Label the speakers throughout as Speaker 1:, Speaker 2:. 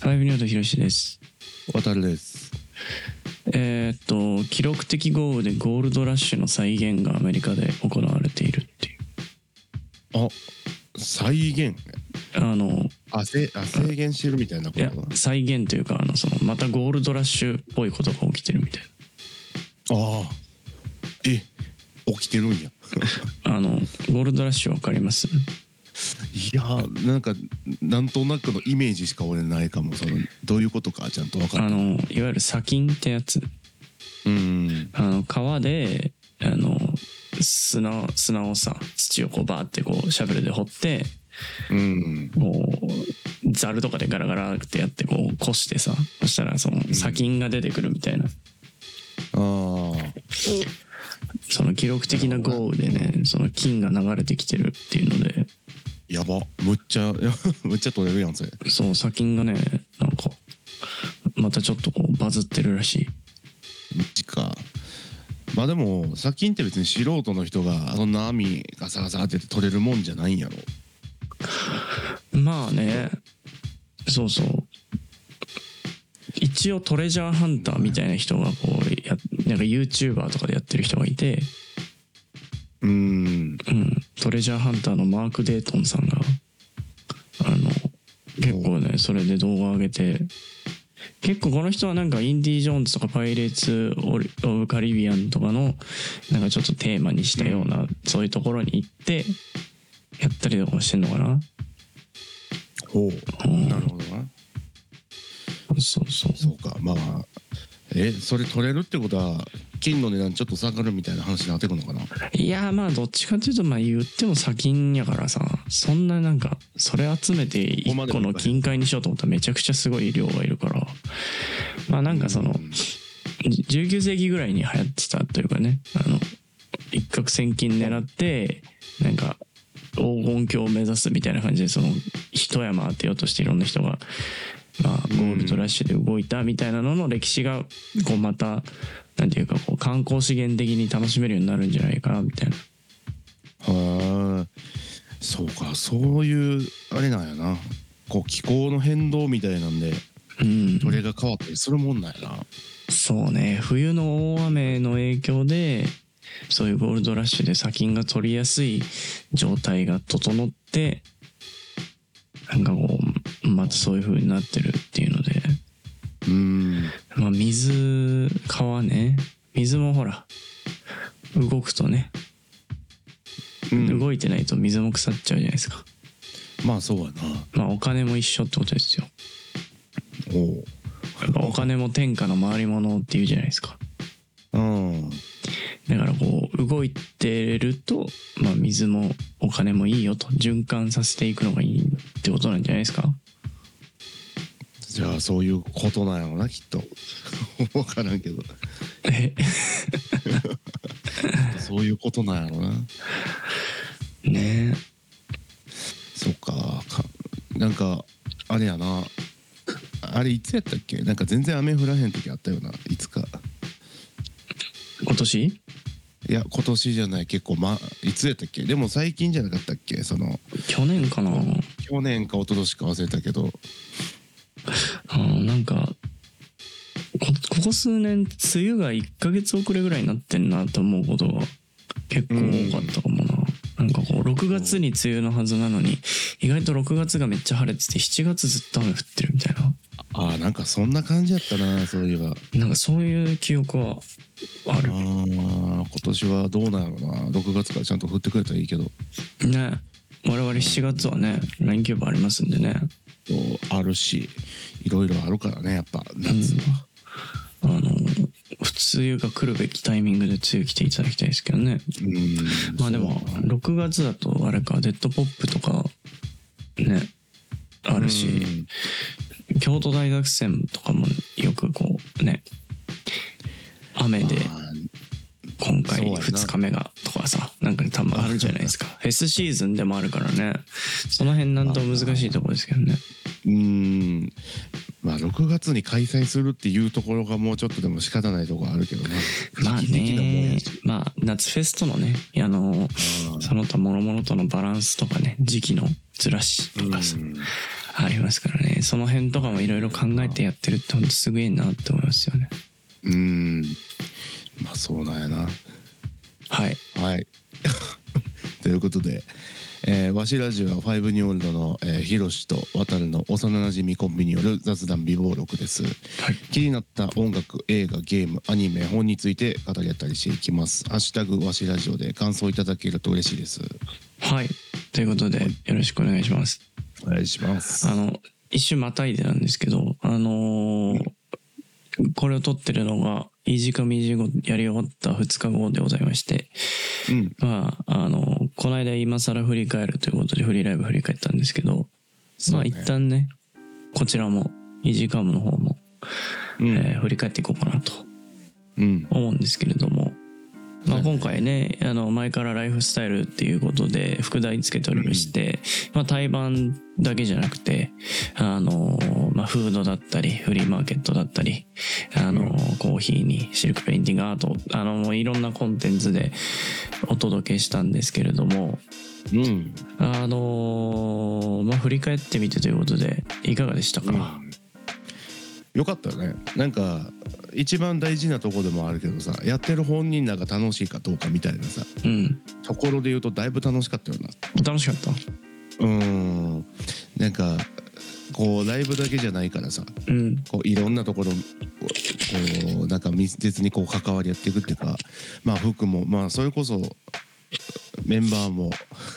Speaker 1: 宏です
Speaker 2: 渡るです
Speaker 1: えーっと記録的豪雨でゴールドラッシュの再現がアメリカで行われているっていう
Speaker 2: あ再現
Speaker 1: あの
Speaker 2: あせあ制限してるみたいなこ
Speaker 1: い
Speaker 2: と
Speaker 1: や
Speaker 2: かな
Speaker 1: 再現というかあのそのまたゴールドラッシュっぽいことが起きてるみたい
Speaker 2: ああえ起きて るんや
Speaker 1: なあのゴールドラッシュわかります
Speaker 2: いやーなんかなんとなくのイメージしか俺ないかもそのどういうことかちゃんと分か
Speaker 1: あ
Speaker 2: る
Speaker 1: のいわゆる砂金ってやつ
Speaker 2: うん
Speaker 1: あの川であの砂砂をさ土をこうバーってこうシャベルで掘って
Speaker 2: うん
Speaker 1: こうザルとかでガラガラってやってこうこしてさそしたらその砂金が出てくるみたいな、
Speaker 2: ああ
Speaker 1: その記録的な豪雨でねその金が流れてきてるっていうので
Speaker 2: やばむっちゃ むっちゃ取れるやんそれ
Speaker 1: そう砂金がねなんかまたちょっとこうバズってるらしい
Speaker 2: むっちかまあでも砂金って別に素人の人がそんな網ガサガサって取れるもんじゃないんやろ
Speaker 1: まあねそうそう一応トレジャーハンターみたいな人がこうやなんか YouTuber とかでやってる人がいて、
Speaker 2: うん
Speaker 1: うん、トレジャーハンターのマーク・デートンさんがあの結構ねそれで動画上げて結構この人はなんかインディ・ジョーンズとかパイレーツ・オリオブ・カリビアンとかのなんかちょっとテーマにしたような、そういうところに行ってやったりとかもしてんのかな
Speaker 2: ほう
Speaker 1: うん
Speaker 2: なるほどな
Speaker 1: そうそう
Speaker 2: そうかまあえそれ取れるってことは金の値段ちょっと下がるみたいな話になってくるのかない
Speaker 1: やまあどっちかというとまあ言っても砂金やからさそんななんかそれ集めて
Speaker 2: こま
Speaker 1: 1
Speaker 2: で
Speaker 1: 個
Speaker 2: は
Speaker 1: の金塊にしようと思ったらめちゃくちゃすごい量がいるからまあなんかその
Speaker 2: うん
Speaker 1: 19世紀ぐらいに流行ってたというかねあの一攫千金狙ってなんか黄金鏡を目指すみたいな感じでその一山当てようとしていろんな人が、まあ、ゴールドラッシュで動いたみたいなのの歴史がこうまたなんていうかこう観光資源的に楽しめるようになるんじゃないかなみたいな。
Speaker 2: はあそうかそういうあれなんやなこう気候の変動みたいなんで
Speaker 1: うん、
Speaker 2: どれが変わったりするもんなんやな
Speaker 1: そうね冬の大雨の影響でそういうゴールドラッシュで砂金が取りやすい状態が整ってなんかこうまたそういう風になってるっていうので
Speaker 2: うん
Speaker 1: まあ水川ね水もほら動くとね、
Speaker 2: うん
Speaker 1: 動いてないと水も腐っちゃうじゃないですか
Speaker 2: まあそうや
Speaker 1: ま
Speaker 2: な
Speaker 1: あお金も一緒ってことですよ
Speaker 2: おう
Speaker 1: やっぱお金も天下の回り物っていうじゃないですか
Speaker 2: うん
Speaker 1: だからこう動いてると、まあ、水もお金もいいよと循環させていくのがいいってことなんじゃないですか
Speaker 2: じゃあそういうことなんやろなきっと 分からんけど
Speaker 1: え
Speaker 2: そういうことなんやろな
Speaker 1: ね
Speaker 2: そっかかなんかあれやなあれいつやったっけなんか全然雨降らへん時あったよないつか
Speaker 1: え今年
Speaker 2: いや今年じゃない結構まいつやったっけでも最近じゃなかったっけその
Speaker 1: 去年かな
Speaker 2: 去年か一昨年か忘れたけど
Speaker 1: あのなんかこここ数年梅雨が1ヶ月遅れぐらいになってんなと思うことが結構多かったかもな、なんかこう6月に梅雨のはずなのに意外と6月がめっちゃ晴れてて7月ずっと雨降ってるみたいな
Speaker 2: ああなんかそんな感じやったなそういえば
Speaker 1: なんかそういう記憶はあ
Speaker 2: あ
Speaker 1: る
Speaker 2: ー今年はどうなんやろな6月からちゃんと降ってくれたらいいけど
Speaker 1: ね我々7月はねラインキューブありますんでね
Speaker 2: こうあるしいろいろあるからねやっぱ夏は、
Speaker 1: あの普通が来るべきタイミングで梅雨来ていただきたいですけどね
Speaker 2: うん、
Speaker 1: まあでも
Speaker 2: そう
Speaker 1: 6月だとあれかデッドポップとかねあるし京都大学生とかもよくこうね雨
Speaker 2: うん
Speaker 1: で
Speaker 2: まあ
Speaker 1: 今回
Speaker 2: そうやな
Speaker 1: 2日目がとかさなんかたまにあるじゃないですかフェスシーズンでもあるからねその辺なんとも難しいところですけどね
Speaker 2: うーんまあ6月に開催するっていうところがもうちょっとでも仕方ないところあるけ どね。
Speaker 1: まあ
Speaker 2: 時期的なもん
Speaker 1: ね
Speaker 2: やし、
Speaker 1: まあ夏フェスとのね、あの、その他諸々とのバランスとかね、時期のずらしとかさ、
Speaker 2: うん
Speaker 1: ありますからねその辺とかもいろいろ考えてやってるってほんとすげえなって思いますよね
Speaker 2: うんまあそうなんやな
Speaker 1: はい
Speaker 2: はい ということで、えー、わしラジオはファイブニオールドの、えー、ひろしと渡るの幼なじみコンビによる雑談美貌録です
Speaker 1: はい
Speaker 2: 気になった音楽映画ゲームアニメ本について語り合ったりしていきます「ハッシュタグわしラジオ」で感想いただけると嬉しいです
Speaker 1: はいということでよろしくお願いします
Speaker 2: お願いします
Speaker 1: あの一瞬またいでなんですけどあのーこれを撮ってるのがいい時間2時後やり終わった2日後でございまして
Speaker 2: うん
Speaker 1: まああのこの間今更振り返るということでフリーライブ振り返ったんですけど、ま
Speaker 2: そう
Speaker 1: あ
Speaker 2: ね
Speaker 1: 一旦ねこちらもイージーカムの方も、
Speaker 2: うん、
Speaker 1: えー振り返っていこうかなと
Speaker 2: うん
Speaker 1: 思うんですけれども、まあ、
Speaker 2: はいはい
Speaker 1: 今回ねあの前からライフスタイルっていうことで副題つけておりまして、まあ、対バンだけじゃなくてあの、まあ、フードだったりフリーマーケットだったりあの、
Speaker 2: うん
Speaker 1: コーヒーにシルクペインティングアートあのもういろんなコンテンツでお届けしたんですけれども
Speaker 2: うん
Speaker 1: あのまあ振り返ってみてということでいかがでしたか、
Speaker 2: よかったよねなんか一番大事なとこでもあるけどさやってる本人らが楽しいかどうかみたいなさ
Speaker 1: うん、
Speaker 2: ところで言うとだいぶ楽しかったよな
Speaker 1: 楽しかった
Speaker 2: うーんなんかこうライブだけじゃないからさ
Speaker 1: うん
Speaker 2: こういろんなところこうこうなんか密接にこう関わり合っていくっていうかまあ服もまあそれこそメンバーも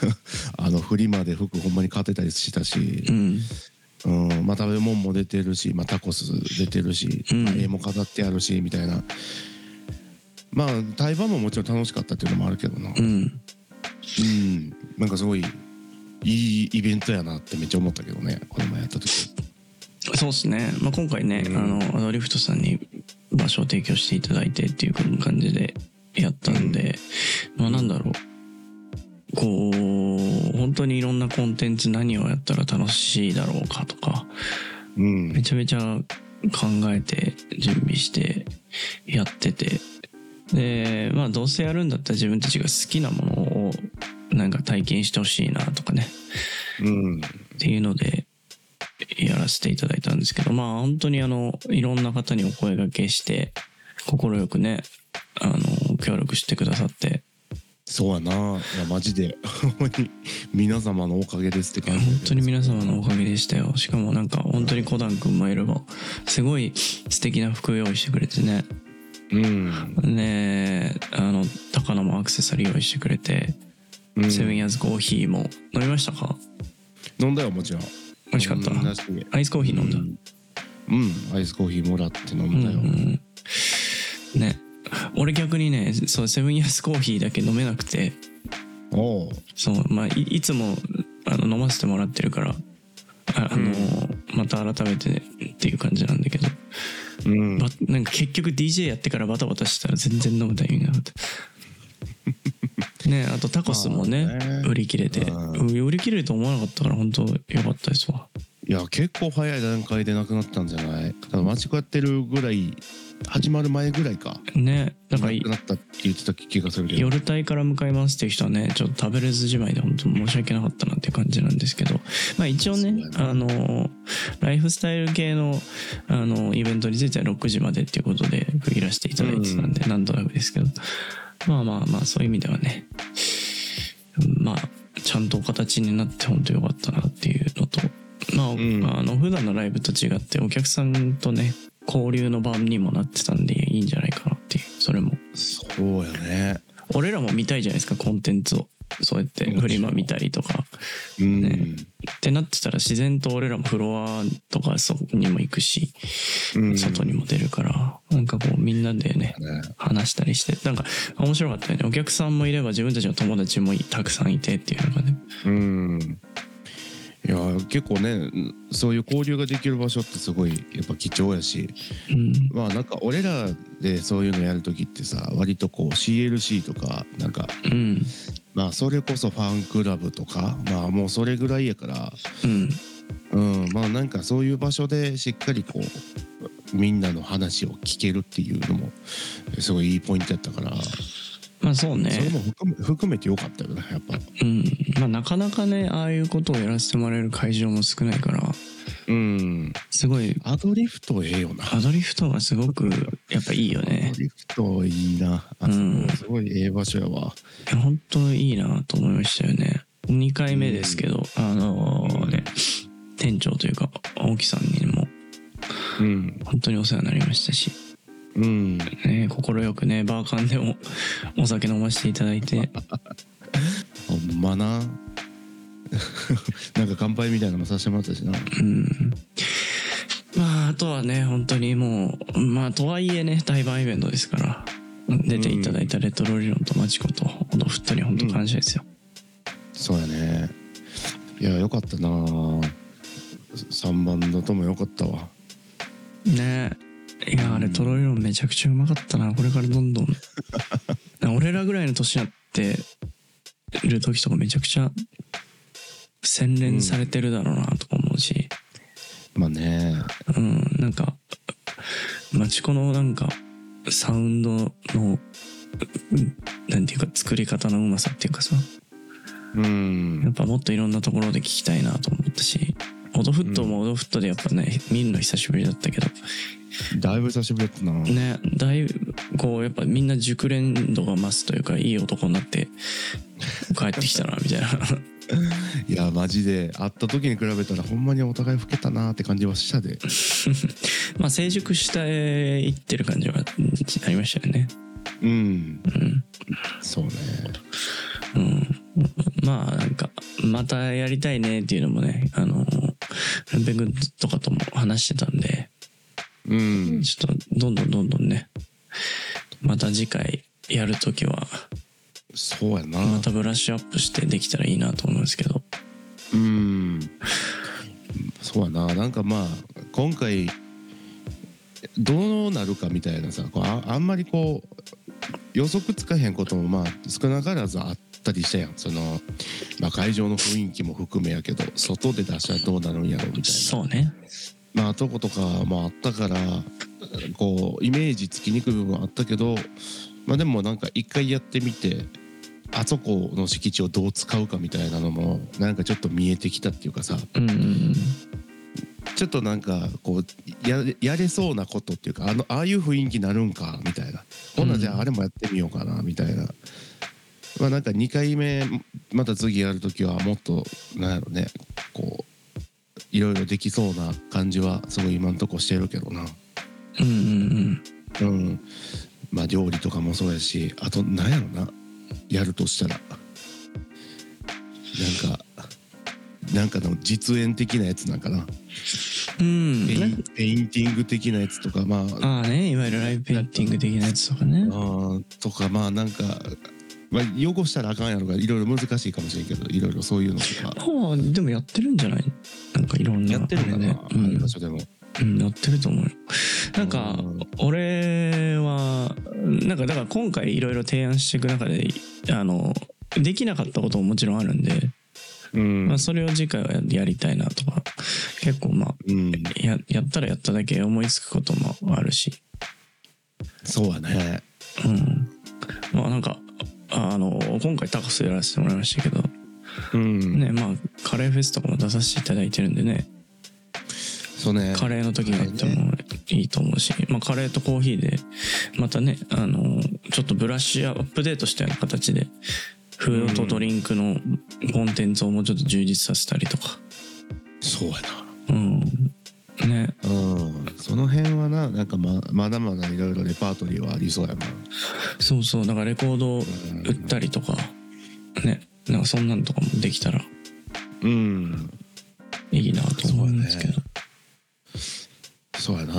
Speaker 2: あのフリマで服ほんまに買ってたりしたし
Speaker 1: う、ん
Speaker 2: うんまあ、食べ物も出てるし、まあ、タコス出てるし、
Speaker 1: うん
Speaker 2: まあ絵も飾ってあるしみたいなまあ台湾ももちろん楽しかったっていうのもあるけどな、
Speaker 1: うん
Speaker 2: うん、なんかすごいいいイベントやなってめっちゃ思ったけどねこの前やった時
Speaker 1: そうですね、まあ、今回ね、
Speaker 2: うん
Speaker 1: あのアドリフトさんに場所を提供していただいてっていう感じでやったんで、まあなんだろうこう本当にいろんなコンテンツ何をやったら楽しいだろうかとか
Speaker 2: うん
Speaker 1: めちゃめちゃ考えて準備してやっててでまあどうせやるんだったら自分たちが好きなものをなんか体験してほしいなとかね
Speaker 2: うん
Speaker 1: っていうのでやらせていただいたんですけどまあ本当にあのいろんな方にお声がけして快くねあの協力してくださって
Speaker 2: そうやないやマジでほんまに皆様のおかげですって
Speaker 1: いや
Speaker 2: 感じ
Speaker 1: 本当に皆様のおかげでしたよしかもなんか本当にコダン君もいればすごい素敵な服用意してくれてね
Speaker 2: うん、
Speaker 1: ねあの高野もアクセサリー用意してくれて、
Speaker 2: うん、
Speaker 1: セブンヤーズコーヒーも飲みましたか
Speaker 2: 飲んだよもちろん
Speaker 1: 美味しかった
Speaker 2: 飲んだしう
Speaker 1: アイスコーヒー飲んだ、
Speaker 2: ん、うんアイスコーヒーもらって飲んだよ、
Speaker 1: うんうん、ね俺逆にねそうセブンイヤースコーヒーだけ飲めなくて
Speaker 2: おう
Speaker 1: そう、まあ、いいつもあの飲ませてもらってるからああの、また改めてっていう感じなんだけど、
Speaker 2: うん
Speaker 1: ばなんか結局 DJ やってからバタバタしてたら全然飲むタイミングなかったねあとタコスもね
Speaker 2: まあね
Speaker 1: 売り切れて
Speaker 2: う
Speaker 1: 売り切れると思わなかったから本当よかったですわ
Speaker 2: いや結構早い段階でなくなったんじゃないだから間違ってるぐらい始まる前ぐらいか
Speaker 1: ねだから
Speaker 2: なくなったって言ってた気がするけど
Speaker 1: 夜帯から向かいますっていう人はねちょっと食べれずじまいで本当申し訳なかったなっていう感じなんですけどまあ一応ね
Speaker 2: そうだね
Speaker 1: あのライフスタイル系のあのイベントについては6時までっていうことで区切らせていただいてたんで、なんとなくですけどまあまあまあそういう意味ではねまあちゃんと形になって本当良かったなっていうのとまあ、
Speaker 2: ん
Speaker 1: あの普段のライブと違ってお客さんとね交流の場にもなってたんでいいんじゃないかなっていうそれも
Speaker 2: そうやね
Speaker 1: 俺らも見たいじゃないですかコンテンツをそうやって
Speaker 2: もちろん
Speaker 1: フリマ見たりとか
Speaker 2: うん
Speaker 1: ねってなってたら自然と俺らもフロアとかそこにも行くし
Speaker 2: うん
Speaker 1: 外にも出るからなんかこうみんなでね
Speaker 2: ね
Speaker 1: 話したりしてなんか面白かったよねお客さんもいれば自分たちの友達もたくさんいてっていうのがね
Speaker 2: うんいや結構ねそういう交流ができる場所ってすごいやっぱ貴重やし
Speaker 1: うん
Speaker 2: まあなんか俺らでそういうのやる時ってさ割とこう CLC とかなんか
Speaker 1: うん
Speaker 2: まあそれこそファンクラブとかまあもうそれぐらいやから
Speaker 1: うん
Speaker 2: うんまあなんかそういう場所でしっかりこうみんなの話を聞けるっていうのもすごいいいポイントやったから
Speaker 1: まあそう
Speaker 2: それ
Speaker 1: ね
Speaker 2: も含め含めてよかったよねやっぱ
Speaker 1: うんまあなかなかねああいうことをやらせてもらえる会場も少ないから
Speaker 2: うん
Speaker 1: すごい
Speaker 2: アドリフトええよな
Speaker 1: アドリフトがすごくやっぱいいよ
Speaker 2: ア
Speaker 1: ね
Speaker 2: ドリフトいいなあそ
Speaker 1: うん
Speaker 2: こすごいええ場所やわ
Speaker 1: いや本当いいなと思いましたよね2回目ですけど、あのーね店長というか青木さんにも
Speaker 2: うん
Speaker 1: 本当にお世話になりましたし
Speaker 2: うん
Speaker 1: ね快くねバーカンでもお酒飲ませていただいて
Speaker 2: ほんまな なんか乾杯みたいなのもさせてもらったしな
Speaker 1: うんまああとはね本当にもうまあとはいえね対バンイベントですから出ていただいたレトロ理論とマチコとオドフットに本当感謝ですよ、
Speaker 2: そうやねいやよかったな3番だともよかったわ
Speaker 1: ねいやあれトロイロンめちゃくちゃうまかったなこれからどんどん俺らぐらいの年になってる時とかめちゃくちゃ洗練されてるだろうなとか思うし
Speaker 2: まあね
Speaker 1: うん、なんか町子のなんかサウンドのうんなんていうか作り方のうまさっていうかさ
Speaker 2: う
Speaker 1: やっ
Speaker 2: ん
Speaker 1: ぱもっといろんなところで聞きたいなと思ったしオドフットもオドフットでやっぱね見るの久しぶりだったけど
Speaker 2: だいぶ久しぶりだったな、
Speaker 1: ねだいぶこうやっぱみんな熟練度が増すというかいい男になって帰ってきたなみたいな
Speaker 2: いやマジで会った時に比べたらほんまにお互い老けたなって感じはしたで
Speaker 1: まあ成熟したいってる感じはうんありましたよね
Speaker 2: うん
Speaker 1: うん、
Speaker 2: そうね
Speaker 1: うん、まあなんかまたやりたいねっていうのもねあのルンペ君とかとも話してたんで
Speaker 2: うん
Speaker 1: ちょっとどんどんどんどんねまた次回やるときは
Speaker 2: そうやな
Speaker 1: またブラッシュアップしてできたらいいなと思うんですけど
Speaker 2: うんそうやななんかまあ今回どうなるかみたいなさこうああんまりこう予測つかへんこともまあ少なからずあったりしたやんその、まあ、会場の雰囲気も含めやけど外で出したらどうなるんやろうみたいな
Speaker 1: そうね
Speaker 2: まあとことかもあったからこうイメージつきにくい部分はあったけど、まあ、でもなんか一回やってみてあそこの敷地をどう使うかみたいなのもなんかちょっと見えてきたっていうかさ
Speaker 1: うんうんうん
Speaker 2: ちょっとなんかこうややれそうなことっていうかあのああいう雰囲気になるんかみたいなほ
Speaker 1: う
Speaker 2: なんじゃああれもやってみようかなみたいな。まあなんか2回目また次やるときはもっとなんやろねこういろいろできそうな感じはすごい今んとこしてるけどな。
Speaker 1: うんうん
Speaker 2: うん、まあ料理とかもそうやしあと何やろなやるとしたらなんかなんかの実演的なやつなんか
Speaker 1: う
Speaker 2: な
Speaker 1: んう
Speaker 2: ペ
Speaker 1: ん
Speaker 2: イ
Speaker 1: ね
Speaker 2: ンペインティング的なやつとかま
Speaker 1: ああ
Speaker 2: あ
Speaker 1: ねいわゆるライブペインティング的なやつとかね
Speaker 2: あーとかまあなんか、まあ、汚したらあかんやろがいろいろ難しいかもしれんけどいろいろそういうのとか
Speaker 1: ああでもやってるんじゃないなんかいろんな
Speaker 2: やってるか
Speaker 1: あれ
Speaker 2: な、
Speaker 1: ね
Speaker 2: あ
Speaker 1: う
Speaker 2: あいうん場所でも。
Speaker 1: うん、やってると思うよなんか
Speaker 2: うん
Speaker 1: 俺はなんかだから今回いろいろ提案していく中であのできなかったことももちろんあるんで、
Speaker 2: うん
Speaker 1: まあ、それを次回はやりたいなとか結構まあ
Speaker 2: うん、
Speaker 1: ややったらやっただけ思いつくこともあるし
Speaker 2: そうはね
Speaker 1: うんまあなんかあの今回タコスやらせてもらいましたけど
Speaker 2: うん
Speaker 1: ねまあカレーフェスとかも出させていただいてるんでね
Speaker 2: そうね
Speaker 1: カレーの時があってもいいと思うし、まあ、カレーとコーヒーでまたねあのちょっとブラッシュアップデートしたような形でフードとドリンクのコンテンツをもうちょっと充実させたりとか
Speaker 2: そうやな
Speaker 1: うんね
Speaker 2: うん、その辺はななんかままだまだいろいろレパートリーはありそうやな、
Speaker 1: そうそうだからレコード売ったりとかねなんかそんなのとかもできたら
Speaker 2: うん、
Speaker 1: いいなと思うんですけど、
Speaker 2: そうやな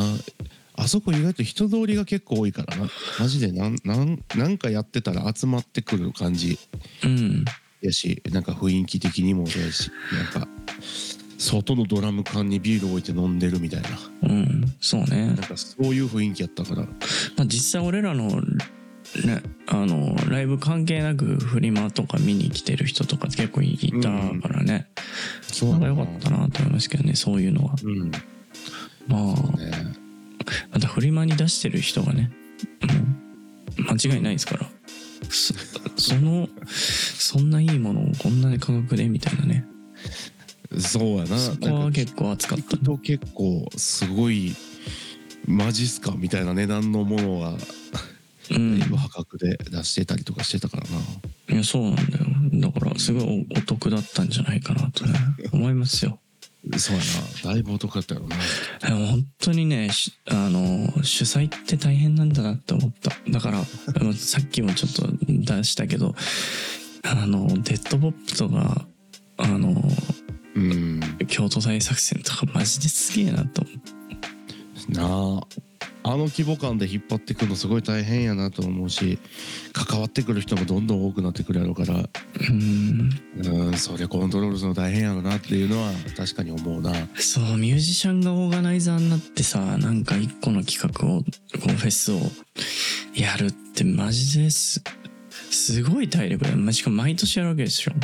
Speaker 2: あそこ意外と人通りが結構多いからなマジでなんなんなんかやってたら集まってくる感じ
Speaker 1: うん
Speaker 2: やしなんか雰囲気的にもそうやしなんか外のドラム缶にビール置いて飲んでるみたいな
Speaker 1: うんそうね
Speaker 2: なんかそういう雰囲気やったから
Speaker 1: まあ、実際俺らの,、ね、あのライブ関係なくフリマとか見に来てる人とか結構いたからね、
Speaker 2: そう
Speaker 1: なんか良かったなと思いますけどねそういうのは
Speaker 2: うんね
Speaker 1: まあまたフリマに出してる人がねもう間違いないですからそそのそんないいものをこんなに価格でみたいなね
Speaker 2: そうやな
Speaker 1: そこ
Speaker 2: な
Speaker 1: は
Speaker 2: んか
Speaker 1: 結構熱かった
Speaker 2: 聞くと結構すごいマジっすかみたいな値段のものが
Speaker 1: うん
Speaker 2: 今破格で出してたりとかしてたからない
Speaker 1: やそうなんだよだからすごいおお得だったんじゃないかなとね思いますよ
Speaker 2: そうやなだいぶお得だったよな
Speaker 1: でも本当にねしあの主催って大変なんだなって思っただからあのさっきもちょっと出したけどあのデッドポップとかあの
Speaker 2: うんな
Speaker 1: 京都大作戦とかマジですげえなと思
Speaker 2: ああの規模感で引っ張ってくるのすごい大変やなと思うし関わってくる人もどんどん多くなってくるやろうから
Speaker 1: ううん
Speaker 2: うんそれコントロールするの大変やろなっていうのは確かに思うな
Speaker 1: そうミュージシャンがオーガナイザーになってさなんか一個の企画をこのフェスをやるってマジですすごい体力だよまあしかも毎年やるわけですよ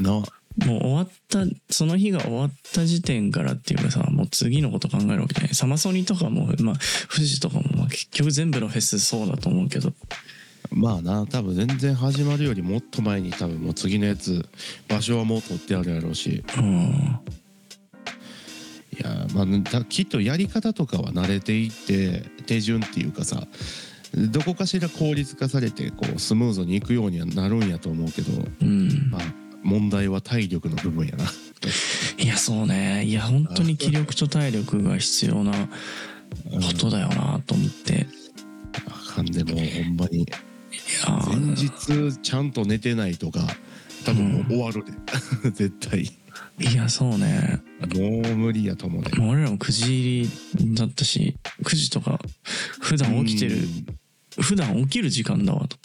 Speaker 2: な
Speaker 1: もう終わったその日が終わった時点からっていうかさもう次のこと考えるわけじゃないサマソニとかもまあ富士とかもまあ結局全部のフェスそうだと思うけど
Speaker 2: まあな多分全然始まるよりもっと前に多分もう次のやつ場所はもう取ってあるやろうし
Speaker 1: うん
Speaker 2: いやまあたきっとやり方とかは慣れていって手順っていうかさどこかしら効率化されてこうスムーズにいくようにはなるんやと思うけど
Speaker 1: うん
Speaker 2: まあ問題は体力の部分やな
Speaker 1: いやそうねいや本当に気力と体力が必要なことだよなと思って
Speaker 2: あかんでもうほんまに
Speaker 1: いやー
Speaker 2: 前日ちゃんと寝てないとか多分もう終わるで、 絶対
Speaker 1: いやそうね
Speaker 2: もう無理やと思うね
Speaker 1: もう俺らも9時入りだったし9時とか普段起きてる
Speaker 2: うん
Speaker 1: 普段起きる時間だわと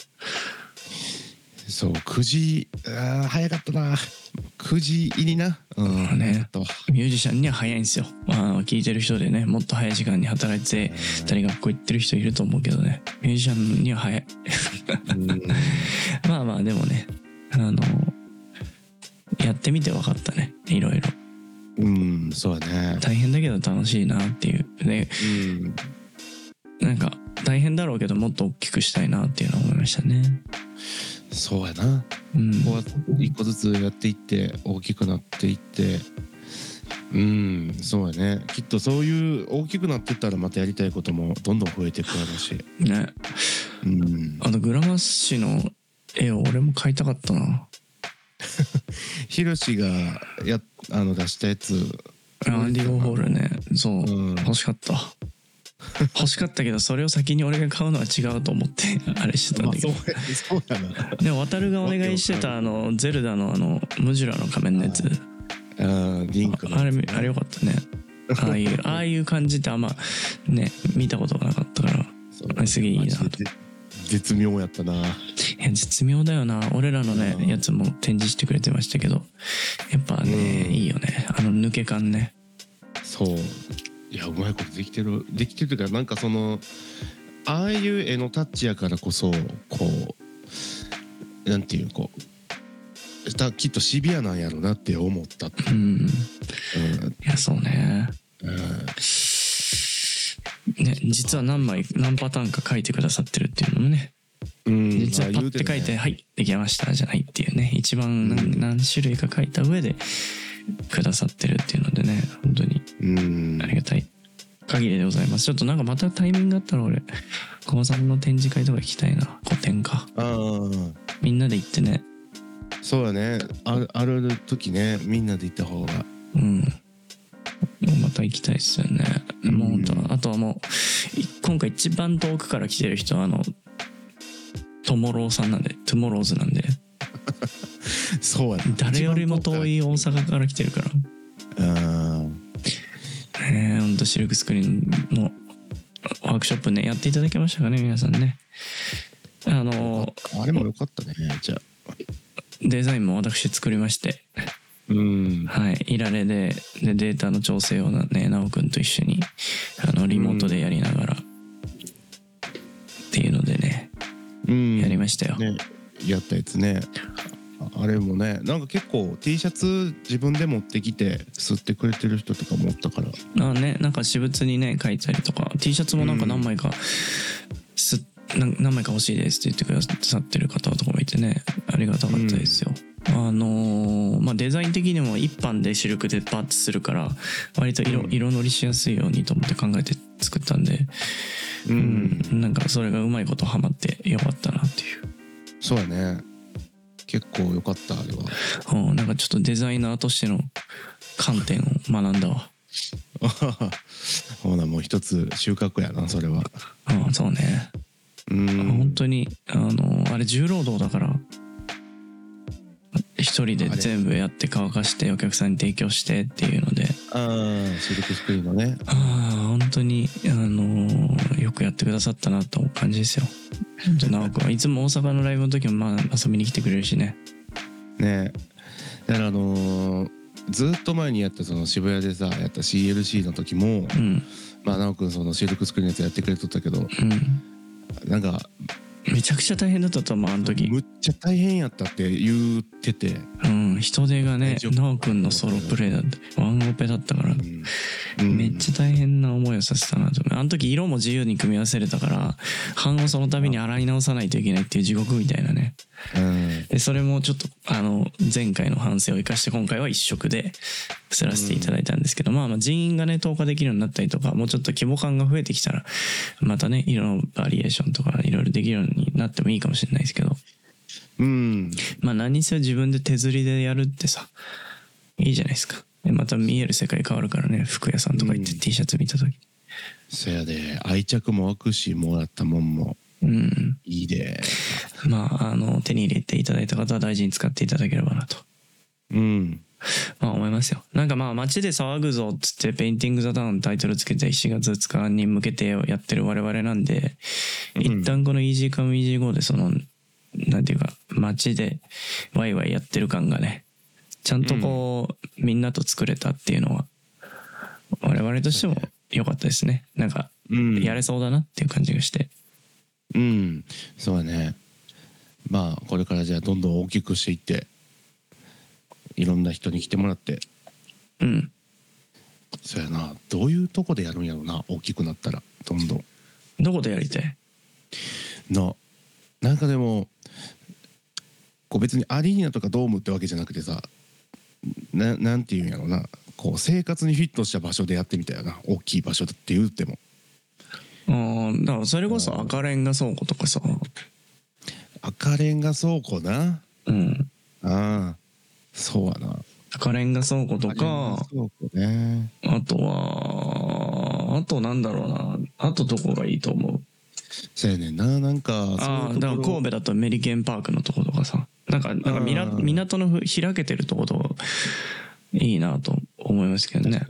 Speaker 2: そう9時あー早かったな9時入りなうん
Speaker 1: ね
Speaker 2: 早かったわ
Speaker 1: ミュージシャンには早いんですよあの聞いてる人でねもっと早い時間に働いてたり学校行ってる人いると思うけどねミュージシャンには早い
Speaker 2: うん
Speaker 1: まあまあでもねあのやってみて分かったねいろいろ
Speaker 2: うんそうやね
Speaker 1: 大変だけど楽しいなっていうで
Speaker 2: うん
Speaker 1: なんか大変だろうけどもっと大きくしたいなっていうのは思いましたね
Speaker 2: そうやな
Speaker 1: うん
Speaker 2: ここは一個ずつやっていって大きくなっていってうんそうやねきっとそういう大きくなってったらまたやりたいこともどんどん増えていくだろうし
Speaker 1: ね
Speaker 2: うん
Speaker 1: あのグラマス紙の絵を俺も描いたかったな。
Speaker 2: ヒロシがやあの出したやつ
Speaker 1: アンディ・ウォーホールね。そう。
Speaker 2: うん
Speaker 1: 欲しかった。欲しかったけど、それを先に俺が買うのは違うと思って、 あれしてたん
Speaker 2: まあ
Speaker 1: だけ
Speaker 2: そう
Speaker 1: ど。
Speaker 2: やそうや な
Speaker 1: でも、渡るがお願いしてた、あの、ゼルダの、あの、ムジュラの仮面のやつ。
Speaker 2: うんリンクの
Speaker 1: あれ、あれよかったね。ああ いう、ああいう感じってあんま、ね、見たことがなかったから。あれすげえいいなと
Speaker 2: マジで絶妙やったない
Speaker 1: や絶妙だよな俺らのね、
Speaker 2: うん
Speaker 1: やつも展示してくれてましたけどやっぱね、
Speaker 2: うん
Speaker 1: いいよねあの抜け感ね
Speaker 2: そういやうまいことできてるできてるというかなんかそのああいう絵のタッチやからこそこうなんていうこうたきっとシビアなんやろなって思った、
Speaker 1: うんいやそうね
Speaker 2: うんうん
Speaker 1: ね実は何枚何パターンか書いてくださってるっていうのもね
Speaker 2: うん
Speaker 1: 実は
Speaker 2: まあ
Speaker 1: パ
Speaker 2: 言
Speaker 1: ッ
Speaker 2: う
Speaker 1: て書いて「
Speaker 2: ね
Speaker 1: はいできました」じゃないっていうね一番何,、
Speaker 2: うん
Speaker 1: 何種類か書いた上でくださってるっていうのでね本当に
Speaker 2: うん
Speaker 1: ありがたい限りでございますちょっとなんかまたタイミングがあったら俺駒さんの展示会とか行きたいな個展か
Speaker 2: あー
Speaker 1: みんなで行ってね
Speaker 2: そうだねあるある時ねみんなで行った方が
Speaker 1: うんまた行きたいですよねもう本当、
Speaker 2: うん
Speaker 1: あとはもうい今回一番遠くから来てる人はあのトモローさんなんでトゥモローズなんで
Speaker 2: そうやな
Speaker 1: 誰よりも遠い大阪から来てるから
Speaker 2: うん
Speaker 1: ねえほんとシルクスクリーンのワークショップねやっていただけましたかね皆さんねあの
Speaker 2: あれも良かったねじゃあ
Speaker 1: デザインも私作りまして
Speaker 2: うん
Speaker 1: はいいられででデータの調整をなね奈くんと一緒にあのリモートでやりながら、っていうのでね
Speaker 2: うん
Speaker 1: やりましたよ、
Speaker 2: ね、やったやつねああれもねなんか結構 T シャツ自分で持ってきて吸ってくれてる人とかもおったから
Speaker 1: あねなんか私物にね書いたりとか T シャツもなんか何枚かすっなん何枚か欲しいですって言ってくださってる方とかもいてねありがたかったですよ、あのーまあデザイン的にも一版で主力でパッてするから割と色,、色乗りしやすいようにと思って考えて作ったんで
Speaker 2: う、
Speaker 1: うんなんかそれがうまいことハマってよかったなっていう
Speaker 2: そうやね結構良かったあれは
Speaker 1: うんなんかちょっとデザイナーとしての観点を学んだわ
Speaker 2: あはは ほなもう一つ収穫やなそれは
Speaker 1: うんそうね
Speaker 2: うん
Speaker 1: 本当にあのあれ重労働だから一人で全部やって乾かしてお客さんに提供してっていうので
Speaker 2: ああシルクスクリーンのね
Speaker 1: ああ本当にあのよくやってくださったなという感じですよ本当直君はいつも大阪のライブの時もまあ遊びに来てくれるしね
Speaker 2: ねだからあのーずっと前にやったその渋谷でさやった CLC の時も、
Speaker 1: うん
Speaker 2: まあ奈くんそのシルクスクリーンのやつやってくれとったけ
Speaker 1: う
Speaker 2: ど
Speaker 1: ん
Speaker 2: なんか
Speaker 1: めちゃくちゃ大変だったと思うあの時
Speaker 2: むっちゃ大変やったって言ってて、
Speaker 1: うん人手がね
Speaker 2: 大丈夫
Speaker 1: 直君のソロプレイだってワンオペだったから
Speaker 2: うんうん
Speaker 1: めっちゃ大変な思いをさせたなと思うあの時色も自由に組み合わせれたから版をその度に洗い直さないといけないっていう地獄みたいなね
Speaker 2: うん
Speaker 1: でそれもちょっとあの前回の反省を生かして今回は一色で伏せらせていただいたんですけど、まあまあ人員がね投下できるようになったりとかもうちょっと規模感が増えてきたらまたね色のバリエーションとかいろいろできるようになってもいいかもしれないですけど
Speaker 2: うん
Speaker 1: まあ何にせよ自分で手釣りでやるってさいいじゃないですかでまた見える世界変わるからね服屋さんとか行って T シャツ見た時
Speaker 2: そやで愛着も湧くしもらったもんも
Speaker 1: うん
Speaker 2: いいで
Speaker 1: まあ、あの、手に入れていただいた方は大事に使っていただければなと。
Speaker 2: うん
Speaker 1: まあ思いますよ。なんかまあ街で騒ぐぞっつって、ペインティング・ザ・ダウンタイトルつけて4月2日に向けてやってる我々なんで、
Speaker 2: うん
Speaker 1: 一旦この Easy カム Easy Go でその、なんていうか、街でワイワイやってる感がね、ちゃんとこう、みんなと作れたっていうのは、我々としても良かったですね。なんか、
Speaker 2: うん
Speaker 1: やれそうだなっていう感じがして。
Speaker 2: うんそうやねまあこれからじゃあどんどん大きくしていっていろんな人に来てもらって
Speaker 1: うん。
Speaker 2: そやなどういうとこでやるんやろうな大きくなったらどんどん
Speaker 1: どこでやりたい
Speaker 2: ななんかでもこう別にアリーナとかドームってわけじゃなくてさななんていうんやろうなこう生活にフィットした場所でやってみたよな大きい場所って言っても
Speaker 1: ああ、だからそれこそ赤レンガ倉庫とかさ、
Speaker 2: 赤レンガ倉庫な
Speaker 1: うん、
Speaker 2: ああそうやな
Speaker 1: 赤レンガ倉庫とか
Speaker 2: 赤レンガ倉庫ね
Speaker 1: あとはあとなんだろうなあとどこがいいと思う
Speaker 2: そうやねんななんか
Speaker 1: ああ
Speaker 2: そういう
Speaker 1: だから
Speaker 2: ところ
Speaker 1: 神戸だとメリケンパークのとことかさなんかなんかみな
Speaker 2: あー
Speaker 1: 港のふ開けてるとことかいいなと思いますけどね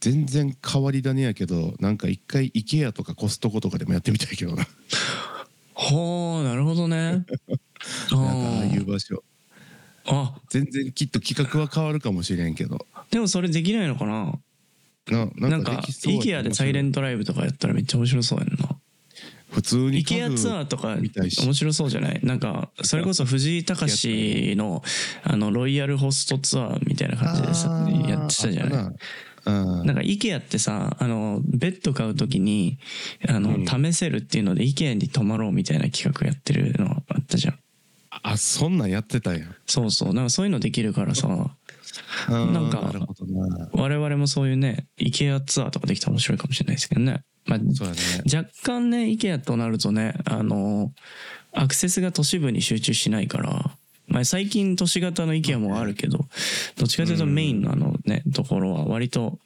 Speaker 2: 全然変わり種やけどなんか一回 IKEA とかコストコとかでもやってみたいけどな
Speaker 1: ほうなるほどね あ
Speaker 2: なんかああいう
Speaker 1: ー
Speaker 2: 場所
Speaker 1: あ
Speaker 2: 全然きっと企画は変わるかもしれんけど
Speaker 1: でもそれできないのかな
Speaker 2: な
Speaker 1: な
Speaker 2: なんんか
Speaker 1: か
Speaker 2: できそうやけど
Speaker 1: IKEA でサイレントライブとかやったらめっちゃ面白そうやんな
Speaker 2: 普通に
Speaker 1: イケアツアーとか
Speaker 2: みたいし
Speaker 1: 面白そうじゃないなんかそれこそ藤井隆のあのロイヤルホストツアーみたいな感じでさやってたじゃない
Speaker 2: な
Speaker 1: なんか IKEA ってさあのベッド買う時にあの、試せるっていうので IKEA に泊まろうみたいな企画やってるのあったじゃん
Speaker 2: あそんなんやってたんや
Speaker 1: そうそうなんかそういうのできるからさ
Speaker 2: うん
Speaker 1: なんか
Speaker 2: なるほどな
Speaker 1: 我々もそういうね IKEA ツアーとかできたら面白いかもしれないですけどね、まあ、
Speaker 2: そうやね
Speaker 1: 若干ね IKEA となるとねあのアクセスが都市部に集中しないから、まあ、最近都市型の IKEA もあるけどどっちかというとメインのあのねところは割と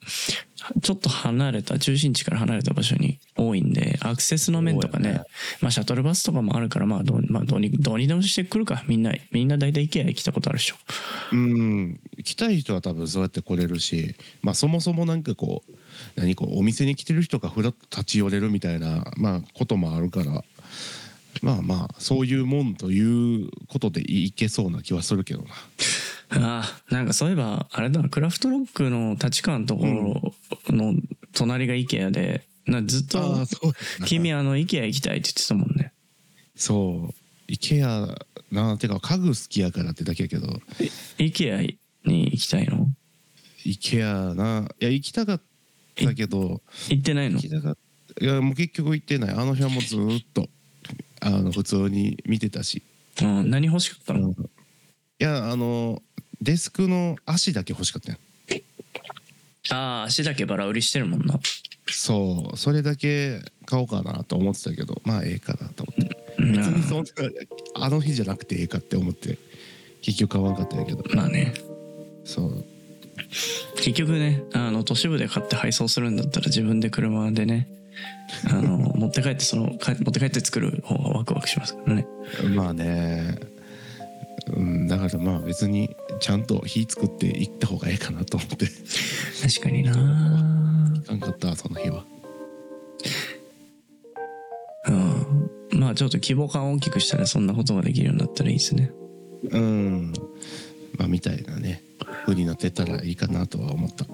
Speaker 1: ちょっと離れた中心地から離れた場所に多いんでアクセスの面とかね
Speaker 2: そうやね
Speaker 1: まあ、シャトルバスとかもあるからまあどう,、まあ、どうにどうにでもしてくるかみんなみんな大体 IKEA 来たことあるでしょ。
Speaker 2: うん来たい人は多分そうやって来れるしまあそもそもなんかこう何こうお店に来てる人がふらっと立ち寄れるみたいなまあこともあるからまあまあそういうもんということでいけそうな気はするけどな
Speaker 1: ああなんかそういえばあれだなクラフトロックの立川のところの隣が IKEA でなずっと
Speaker 2: ああそうやな
Speaker 1: 君あの IKEA 行きたいって言ってたもんね
Speaker 2: そう。IKEA なてか家具好きやからってだけやけど
Speaker 1: IKEA に行きたいの
Speaker 2: IKEA ないや行きたかったけど
Speaker 1: 行ってないの
Speaker 2: 行きたかっいやもう結局行ってないあの日はもうずーっとあの普通に見てたし
Speaker 1: うん、何欲しかった
Speaker 2: あの
Speaker 1: の
Speaker 2: いやあのデスクの足だけ欲しかったよ
Speaker 1: ああ足だけバラ売りしてるもんな
Speaker 2: そうそれだけ買おうかなと思ってたけどまあええかなと思って
Speaker 1: うん
Speaker 2: 別にそんなあの日じゃなくてええかって思って結局買わんかったんやけど
Speaker 1: まあね
Speaker 2: そう
Speaker 1: 結局ねあの都市部で買って配送するんだったら自分で車でねあ の持って帰ってそのか持って帰って作る方がワクワクしますからね
Speaker 2: まあねうんだからまあ別にちゃんと火作っていった方がええかなと思って
Speaker 1: 確かにな
Speaker 2: あかんかったその日は
Speaker 1: うんまあちょっと規模感を大きくしたらそんなことができるようになったらいいですね
Speaker 2: うんまあみたいなね風になってたらいいかなとは思った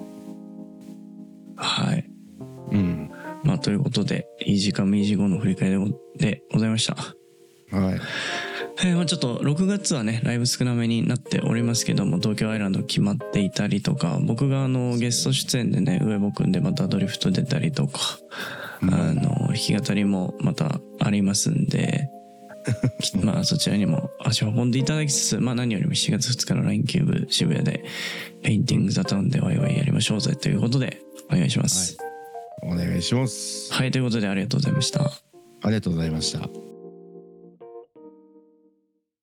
Speaker 1: はい
Speaker 2: うん
Speaker 1: まあということでいい時間いい時後の振り返りでごでございました
Speaker 2: はい
Speaker 1: えーまあ、ちょっと6月はねライブ少なめになっておりますけども東京アイランド決まっていたりとか僕があのゲスト出演でね上ボくんでまたドリフト出たりとか、
Speaker 2: うん
Speaker 1: あの弾き語りもまたありますん できまあそちらにも足を運んでいただきつつ、まあ、何よりも7月2日の LINE キューブ渋谷で「ペインティング・ザ・タウン」でワイワイやりましょうぜということでお願いします。
Speaker 2: お願いします
Speaker 1: はい、ということでありがとうございました。
Speaker 2: ありがとうございました